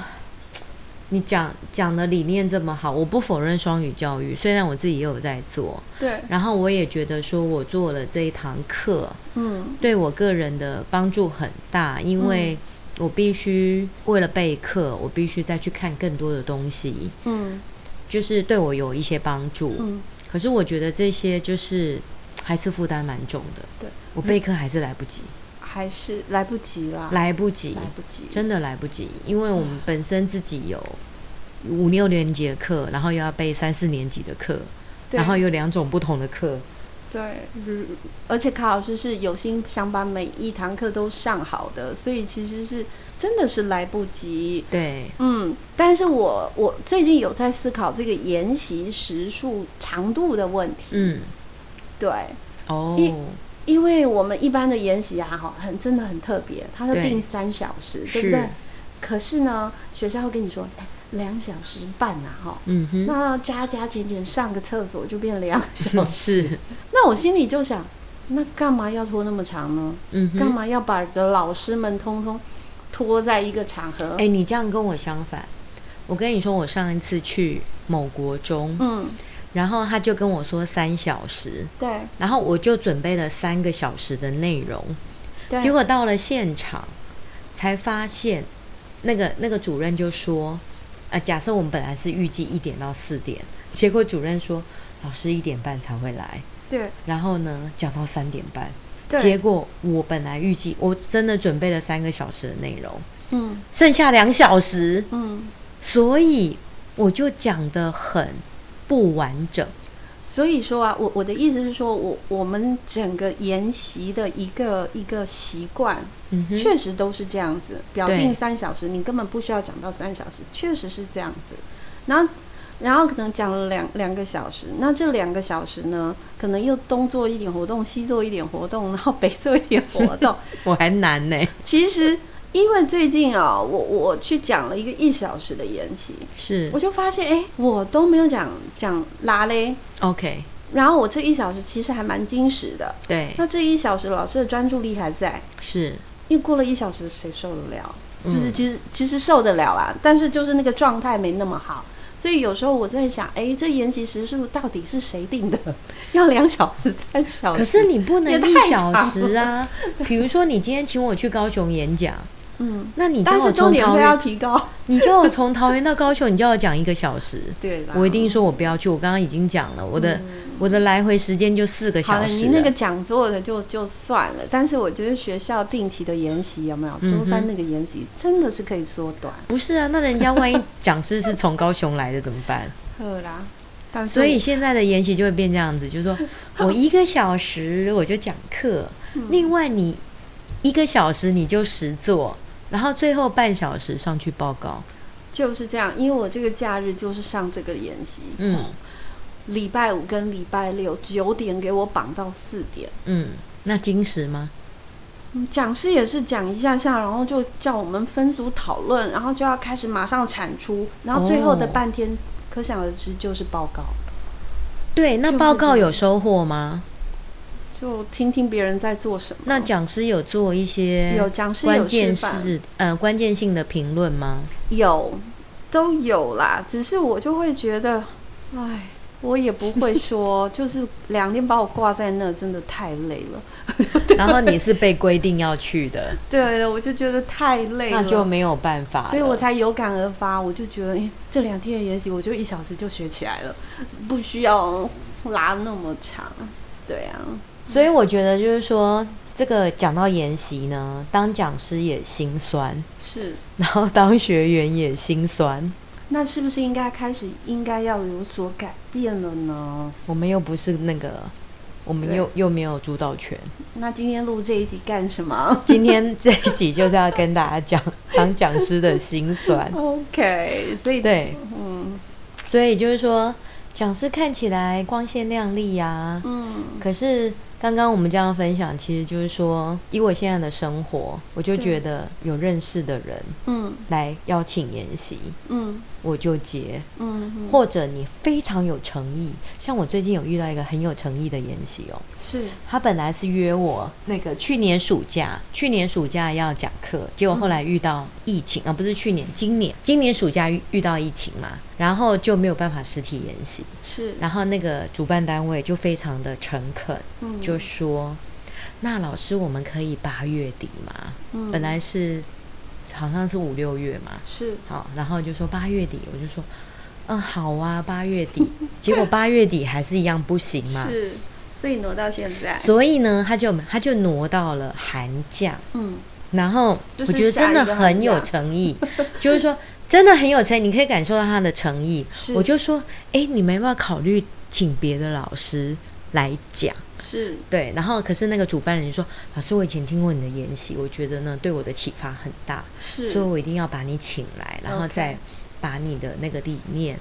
[SPEAKER 2] 你讲讲的理念这么好，我不否认双语教育，虽然我自己也有在做，
[SPEAKER 3] 对，
[SPEAKER 2] 然后我也觉得说我做了这一堂课，
[SPEAKER 3] 嗯
[SPEAKER 2] 对我个人的帮助很大，因为我必须为了备课，我必须再去看更多的东西，
[SPEAKER 3] 嗯
[SPEAKER 2] 就是对我有一些帮助。
[SPEAKER 3] 嗯，
[SPEAKER 2] 可是我觉得这些就是还是负担蛮重的。
[SPEAKER 3] 对，
[SPEAKER 2] 我备课还是来不及，
[SPEAKER 3] 还是来不及啦，
[SPEAKER 2] 来不及
[SPEAKER 3] 嗯来，不及，嗯
[SPEAKER 2] 真的来不及，因为我们本身自己有五六年级的课，然后又要备三四年级的课，
[SPEAKER 3] 对
[SPEAKER 2] 然后有两种不同的课。
[SPEAKER 3] 对，嗯而且卡老师是有心想把每一堂课都上好的，所以其实是真的是来不及。
[SPEAKER 2] 对，
[SPEAKER 3] 嗯，但是我我最近有在思考这个研习时数长度的问题。，
[SPEAKER 2] 嗯，
[SPEAKER 3] 对，
[SPEAKER 2] 哦，
[SPEAKER 3] 一因为我们一般的研习啊，哈，很真的很特别，它是
[SPEAKER 2] 对
[SPEAKER 3] 定三小时，对不
[SPEAKER 2] 是，
[SPEAKER 3] 对？可是呢，学校会跟你说，哎，两小时半呐、啊，哈、
[SPEAKER 2] 嗯哼，
[SPEAKER 3] 那加加减减上个厕所就变两小时。
[SPEAKER 2] 是，
[SPEAKER 3] 那我心里就想，那干嘛要拖那么长呢？
[SPEAKER 2] 嗯哼
[SPEAKER 3] 干。嘛要把的老师们通通拖在一个场合？
[SPEAKER 2] 哎、你这样跟我相反。我跟你说，我上一次去某国中，
[SPEAKER 3] 嗯，
[SPEAKER 2] 然后他就跟我说三小时，
[SPEAKER 3] 对
[SPEAKER 2] 然后我就准备了三个小时的内容，
[SPEAKER 3] 对，
[SPEAKER 2] 结果到了现场才发现，那个那个主任就说，呃，假设我们本来是预计一点到四点，结果主任说老师一点半才会来，
[SPEAKER 3] 对
[SPEAKER 2] 然后呢讲到三点半，结
[SPEAKER 3] 对，
[SPEAKER 2] 果我本来预计我真的准备了三个小时的内容，
[SPEAKER 3] 嗯
[SPEAKER 2] 剩下两小时，
[SPEAKER 3] 嗯，
[SPEAKER 2] 所以我就讲的很不完整。
[SPEAKER 3] 所以说啊，我我的意思是说，我我们整个研习的一个一个习惯，
[SPEAKER 2] 嗯哼，
[SPEAKER 3] 确实都是这样子，表
[SPEAKER 2] 对
[SPEAKER 3] 定三小时，你根本不需要讲到三小时，确实是这样子。然后，然后可能讲了两两个小时，那这两个小时呢，可能又东做一点活动，西做一点活动，然后北做一点活 动。
[SPEAKER 2] 我还难呢、
[SPEAKER 3] 其实，因为最近啊、我我去讲了一个一小时的研习，
[SPEAKER 2] 是
[SPEAKER 3] 我就发现，哎，我都没有讲讲拉嘞。
[SPEAKER 2] OK，
[SPEAKER 3] 然后我这一小时其实还蛮矜持的，
[SPEAKER 2] 对，
[SPEAKER 3] 那这一小时老师的专注力还在，
[SPEAKER 2] 是
[SPEAKER 3] 因为过了一小时，谁受得了？
[SPEAKER 2] 嗯
[SPEAKER 3] 就是其实其实受得了啦，但是就是那个状态没那么好，所以有时候我在想，哎，这研习时数到底是谁定的？ 要两小时、三小时？
[SPEAKER 2] 可是你不能
[SPEAKER 3] 也
[SPEAKER 2] 一
[SPEAKER 3] 太
[SPEAKER 2] 小
[SPEAKER 3] 长
[SPEAKER 2] 时啊。比如说，你今天请我去高雄演讲，
[SPEAKER 3] 嗯，
[SPEAKER 2] 那你叫
[SPEAKER 3] 但
[SPEAKER 2] 我
[SPEAKER 3] 是重
[SPEAKER 2] 从
[SPEAKER 3] 点
[SPEAKER 2] 桃
[SPEAKER 3] 会要
[SPEAKER 2] 园，
[SPEAKER 3] 提高，
[SPEAKER 2] 你叫我从桃园到高雄，你叫我讲一个 小时，
[SPEAKER 3] 对啦。
[SPEAKER 2] 我一定说我不要去。我刚刚已经讲了，我的、我的来回时间就四个
[SPEAKER 3] 嗯好
[SPEAKER 2] 小
[SPEAKER 3] 了，
[SPEAKER 2] 时啊
[SPEAKER 3] 你
[SPEAKER 2] 了。
[SPEAKER 3] 那个讲座的就就算了，但是我觉得学校定期的研习有没
[SPEAKER 2] 嗯
[SPEAKER 3] 有？周三那个研习真的是可以缩短。
[SPEAKER 2] 不是啊，那人家万一讲师是从高雄来的怎么办？
[SPEAKER 3] 呵啦，但是
[SPEAKER 2] 所以现在的研习就会变这样子，就是 说我一个小时我就讲课，另外你一个小时你就实做，然后最后半小时上去报告。
[SPEAKER 3] 就是这样，因为我这个假日就是上这个研习，
[SPEAKER 2] 嗯
[SPEAKER 3] 礼拜五跟礼拜六九点给我绑到四点。
[SPEAKER 2] 嗯，那金石吗？
[SPEAKER 3] 嗯讲师也是讲一下下，然后就叫我们分组讨论，然后就要开始马上产出，然后最后的
[SPEAKER 2] 哦
[SPEAKER 3] 半天，可想而知就是报告，
[SPEAKER 2] 对，那
[SPEAKER 3] 就是
[SPEAKER 2] 报
[SPEAKER 3] 这
[SPEAKER 2] 告
[SPEAKER 3] 样
[SPEAKER 2] 有收获吗？
[SPEAKER 3] 就听听别人在做什么。
[SPEAKER 2] 那讲师有做一些
[SPEAKER 3] 有讲师
[SPEAKER 2] 关
[SPEAKER 3] 有示
[SPEAKER 2] 键
[SPEAKER 3] 范，
[SPEAKER 2] 是呃关键性的评论 吗？
[SPEAKER 3] 有都有啦，只是我就会觉得，唉，我也不会 说，就是两天把我挂在那，真的太累了。
[SPEAKER 2] 然后你是被规定要去的，
[SPEAKER 3] 对，我就觉得太累了，
[SPEAKER 2] 那就没有办法了。
[SPEAKER 3] 所以我才有感而发，我就觉得，哎、这两天的研习，我就一小时就学起来了，不需要拉那么长。对啊，
[SPEAKER 2] 所以我觉得就是说，这个讲到研习呢，当讲师也心酸，
[SPEAKER 3] 是。
[SPEAKER 2] 然后当学员也心酸。
[SPEAKER 3] 那是不是应该开始应该要有所改变了呢？
[SPEAKER 2] 我们又不是那个，我们
[SPEAKER 3] 对
[SPEAKER 2] 又又没有主导权。
[SPEAKER 3] 那今天录这一集干什么
[SPEAKER 2] 今天这一集就是要跟大家讲当讲师的心 酸。
[SPEAKER 3] ？OK，所以
[SPEAKER 2] 对，
[SPEAKER 3] 嗯
[SPEAKER 2] 所以就是说，讲师看起来光鲜亮丽呀、
[SPEAKER 3] 嗯，
[SPEAKER 2] 可是刚刚我们这样分享，其实就是说，以我现在的生活，我就
[SPEAKER 3] 对
[SPEAKER 2] 觉得有认识的人
[SPEAKER 3] 嗯
[SPEAKER 2] 来邀请研习，
[SPEAKER 3] 嗯
[SPEAKER 2] 我就接。
[SPEAKER 3] 嗯，
[SPEAKER 2] 或者你非常有诚意，像我最近有遇到一个很有诚意的研习哦，
[SPEAKER 3] 是
[SPEAKER 2] 他本来是约我那个去年暑假，去年暑假要讲课，结果后来遇到疫情、啊，不是去年，今年，今年暑假遇遇到疫情嘛，然后就没有办法实体研习，
[SPEAKER 3] 是，
[SPEAKER 2] 然后那个主办单位就非常的诚恳，
[SPEAKER 3] 嗯
[SPEAKER 2] 就说，那老师我们可以八月底嘛，
[SPEAKER 3] 嗯
[SPEAKER 2] 本来是好像是五六月嘛，
[SPEAKER 3] 是
[SPEAKER 2] 好，然后就说八月底，我就说，嗯，好啊，八月底。结果八月底还是一样不行嘛，
[SPEAKER 3] 是，所以挪到现在，
[SPEAKER 2] 所以呢，他就他就挪到了寒假。
[SPEAKER 3] 嗯
[SPEAKER 2] 然后
[SPEAKER 3] 就
[SPEAKER 2] 我
[SPEAKER 3] 是
[SPEAKER 2] 觉得
[SPEAKER 3] 下
[SPEAKER 2] 真
[SPEAKER 3] 一
[SPEAKER 2] 的
[SPEAKER 3] 个
[SPEAKER 2] 很
[SPEAKER 3] 寒
[SPEAKER 2] 有
[SPEAKER 3] 假
[SPEAKER 2] 诚意， 就是说真的很有诚意，你可以感受到他的诚意。
[SPEAKER 3] 是
[SPEAKER 2] 我就说，哎，你们要不要考虑请别的老师来讲？
[SPEAKER 3] 是
[SPEAKER 2] 对，然后可是那个主办人就说，老师，我以前听过你的研习，我觉得呢对我的启发很大。所以
[SPEAKER 3] 是，
[SPEAKER 2] 我一定要把你请来，然后
[SPEAKER 3] OK
[SPEAKER 2] 再把你的那个理念，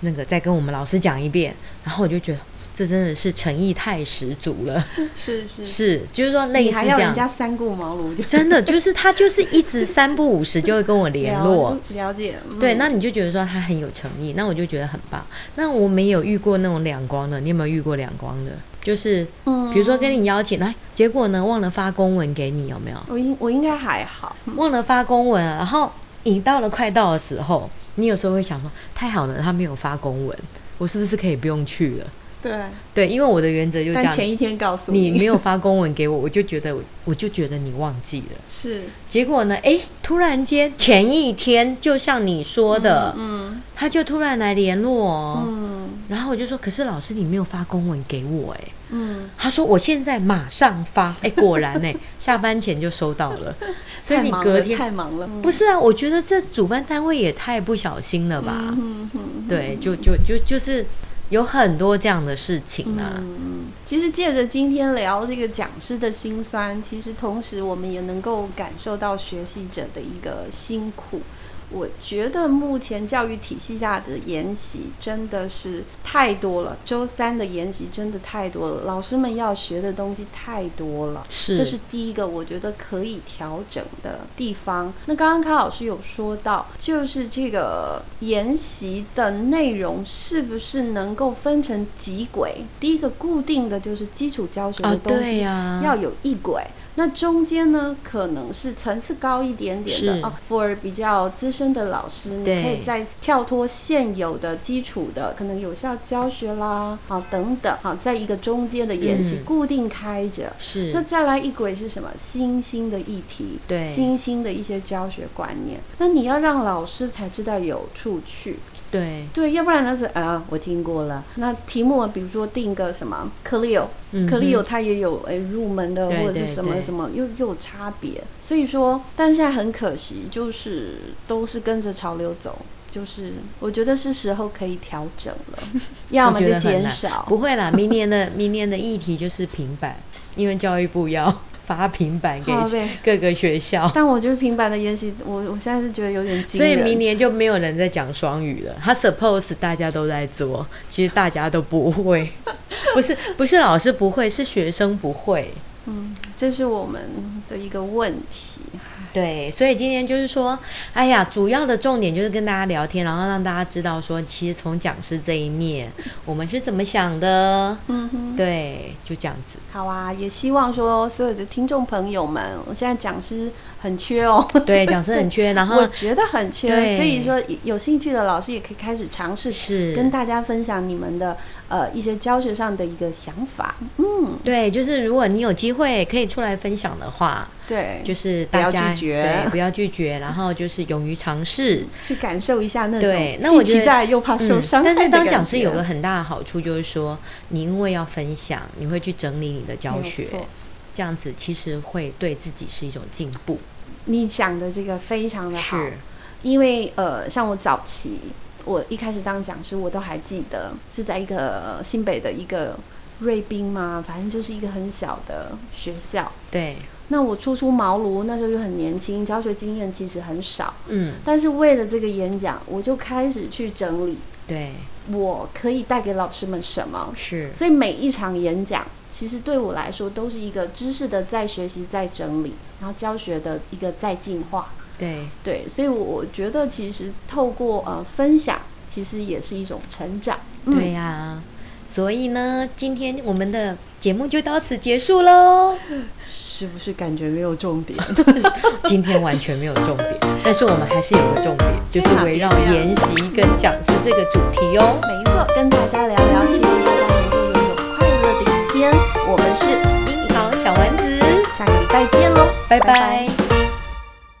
[SPEAKER 2] 那个再跟我们老师讲一遍。然后我就觉得这真的是诚意太十足了，
[SPEAKER 3] 是是
[SPEAKER 2] 是，就是说类
[SPEAKER 3] 你
[SPEAKER 2] 似
[SPEAKER 3] 还
[SPEAKER 2] 这
[SPEAKER 3] 要人家
[SPEAKER 2] 样，
[SPEAKER 3] 三顾茅庐就
[SPEAKER 2] 真的就是他就是一直三不五时就会跟我联络。
[SPEAKER 3] 了解， 嗯
[SPEAKER 2] 对，那你就觉得说他很有诚意，那我就觉得很棒。那我没有遇过那种两光的，你有没有遇过两光的？就是
[SPEAKER 3] 嗯
[SPEAKER 2] 比如说跟你邀请来，哎结果呢忘了发公文给你，有没有？
[SPEAKER 3] 我应我应该还好，
[SPEAKER 2] 忘了发公文、啊，然后你到了快到的时候，你有时候会想说，太好了，他没有发公文，我是不是可以不用去了？
[SPEAKER 3] 对，
[SPEAKER 2] 对，因为我的原则就是这
[SPEAKER 3] 但
[SPEAKER 2] 样，
[SPEAKER 3] 前一天告诉
[SPEAKER 2] 你没有发公文给我，我就觉得我就觉得你忘记了。
[SPEAKER 3] 是
[SPEAKER 2] 结果呢，诶，突然间前一天，就像你说的，
[SPEAKER 3] 嗯
[SPEAKER 2] 他就突然来联络哦。
[SPEAKER 3] 嗯
[SPEAKER 2] 然后我就说，可是老师，你没有发公文给我诶。
[SPEAKER 3] 嗯，
[SPEAKER 2] 他说我现在马上发，诶，果然 呢，下班前就收到了，所以
[SPEAKER 3] 太
[SPEAKER 2] 你
[SPEAKER 3] 忙
[SPEAKER 2] 隔
[SPEAKER 3] 了
[SPEAKER 2] 天
[SPEAKER 3] 太忙了，嗯
[SPEAKER 2] 不是啊，我觉得这主办单位也太不小心了吧？
[SPEAKER 3] 嗯嗯
[SPEAKER 2] 对，就就就就是有很多这样的事情啊。
[SPEAKER 3] 嗯，其实借着今天聊这个讲师的辛酸，其实同时我们也能够感受到学习者的一个辛苦。我觉得目前教育体系下的研习真的是太多了，周三的研习真的太多了，老师们要学的东西太多了。
[SPEAKER 2] 是，
[SPEAKER 3] 这是第一个我觉得可以调整的地方。那刚刚康老师有说到，就是这个研习的内容是不是能够分成几轨？第一个固定的个就是基础教学
[SPEAKER 2] 啊
[SPEAKER 3] 的，东
[SPEAKER 2] 对
[SPEAKER 3] 西
[SPEAKER 2] 呀、
[SPEAKER 3] 要有异轨。那中间呢，可能是层次高一点点
[SPEAKER 2] 是
[SPEAKER 3] 的哦，for 比较资深的老师，你
[SPEAKER 2] 对
[SPEAKER 3] 可以再跳脱现有的基础的，可能有效教学啦，好等等，好在一个中间的演习
[SPEAKER 2] 嗯
[SPEAKER 3] 固定开着。
[SPEAKER 2] 是
[SPEAKER 3] 那再来一轨是什么？新兴的议题，
[SPEAKER 2] 对
[SPEAKER 3] 新兴的一些教学观念。那你要让老师才知道有处去，
[SPEAKER 2] 对，
[SPEAKER 3] 对，要不然呢是
[SPEAKER 2] 呃
[SPEAKER 3] 啊，我听过了。那题目啊比如说定个什么 Clio，
[SPEAKER 2] 嗯
[SPEAKER 3] 可丽友
[SPEAKER 2] 哼
[SPEAKER 3] 它也有诶入门的
[SPEAKER 2] 对
[SPEAKER 3] 或者
[SPEAKER 2] 对
[SPEAKER 3] 是什么
[SPEAKER 2] 对
[SPEAKER 3] 什么，又又有差别。所以说，但现在很可惜，就是都是跟着潮流走。就是我觉得是时候可以调整 了，要么
[SPEAKER 2] 我觉
[SPEAKER 3] 就
[SPEAKER 2] 得很
[SPEAKER 3] 减
[SPEAKER 2] 难
[SPEAKER 3] 少。
[SPEAKER 2] 不会啦，明年的 明年的议题就是平板，因为教育部要 发平板给
[SPEAKER 3] 好呗，
[SPEAKER 2] 各个学校，
[SPEAKER 3] 哦但我觉得平板的研习，我我现在是觉得有点惊
[SPEAKER 2] 所以
[SPEAKER 3] 人。
[SPEAKER 2] 明年就没有人在讲双语了。他 suppose 大家都在做，其实大家都不会， 不是不是老师不会，是学生不会。
[SPEAKER 3] 这是我们的一个问题。
[SPEAKER 2] 对，所以今天就是说，哎呀，主要的重点就是跟大家聊天，然后让大家知道说，其实从讲师这一面，我们是怎么想的。
[SPEAKER 3] 嗯哼。
[SPEAKER 2] 对，就这样子。
[SPEAKER 3] 好啊，也希望说所有的听众朋友们，我现在讲师很缺 哦，
[SPEAKER 2] 对，讲师很缺，然后
[SPEAKER 3] 我觉得很
[SPEAKER 2] 对
[SPEAKER 3] 缺，所以说有兴趣的老师也可以开始尝试
[SPEAKER 2] 是
[SPEAKER 3] 跟大家分享你们的呃一些教学上的一个想法。
[SPEAKER 2] 对，就是如果你有机会可以出来分享的话，
[SPEAKER 3] 对，
[SPEAKER 2] 就是
[SPEAKER 3] 不
[SPEAKER 2] 大
[SPEAKER 3] 要
[SPEAKER 2] 家
[SPEAKER 3] 拒绝
[SPEAKER 2] 对，不要拒绝，然后就是勇于尝试。
[SPEAKER 3] 去感受一下那
[SPEAKER 2] 对
[SPEAKER 3] 种
[SPEAKER 2] 那我
[SPEAKER 3] 既
[SPEAKER 2] 觉得嗯
[SPEAKER 3] 期待又怕受伤害的
[SPEAKER 2] 但是
[SPEAKER 3] 感觉、
[SPEAKER 2] 当讲师有个很大的好处就是说，你因为要分享，你会去整理你的教
[SPEAKER 3] 没有
[SPEAKER 2] 学
[SPEAKER 3] 错，
[SPEAKER 2] 这样子其实会对自己是一种进步。
[SPEAKER 3] 你讲的这个非常的好，
[SPEAKER 2] 是，
[SPEAKER 3] 因为呃，像我早期我一开始当讲师，我都还记得是在一个新北的一个瑞滨嘛，反正就是一个很小的学校。
[SPEAKER 2] 对，
[SPEAKER 3] 那我初出茅庐，那时候又很年轻，教学经验其实很少。
[SPEAKER 2] 嗯，
[SPEAKER 3] 但是为了这个演讲，我就开始去整理
[SPEAKER 2] 对，
[SPEAKER 3] 我可以带给老师们什么。
[SPEAKER 2] 是，
[SPEAKER 3] 所以每一场演讲，其实对我来说都是一个知识的再学习、再整理，然后教学的一个再进化。
[SPEAKER 2] 对，
[SPEAKER 3] 对，所以我觉得其实透过呃分享，其实也是一种成长。
[SPEAKER 2] 对呀、所以呢，今天我们的节目就到此结束喽。
[SPEAKER 3] 是不是感觉没有重点？
[SPEAKER 2] 今天完全没有重点，但是我们还是有个重点，就是
[SPEAKER 3] 对嘛
[SPEAKER 2] 围绕
[SPEAKER 3] 对呀
[SPEAKER 2] 研习跟讲师这个主题哦。
[SPEAKER 3] 没错，跟大家聊聊，希望大家能够拥有快乐的一天。我们是
[SPEAKER 2] 樱桃小丸子，
[SPEAKER 3] 下个礼拜见喽，
[SPEAKER 2] 拜拜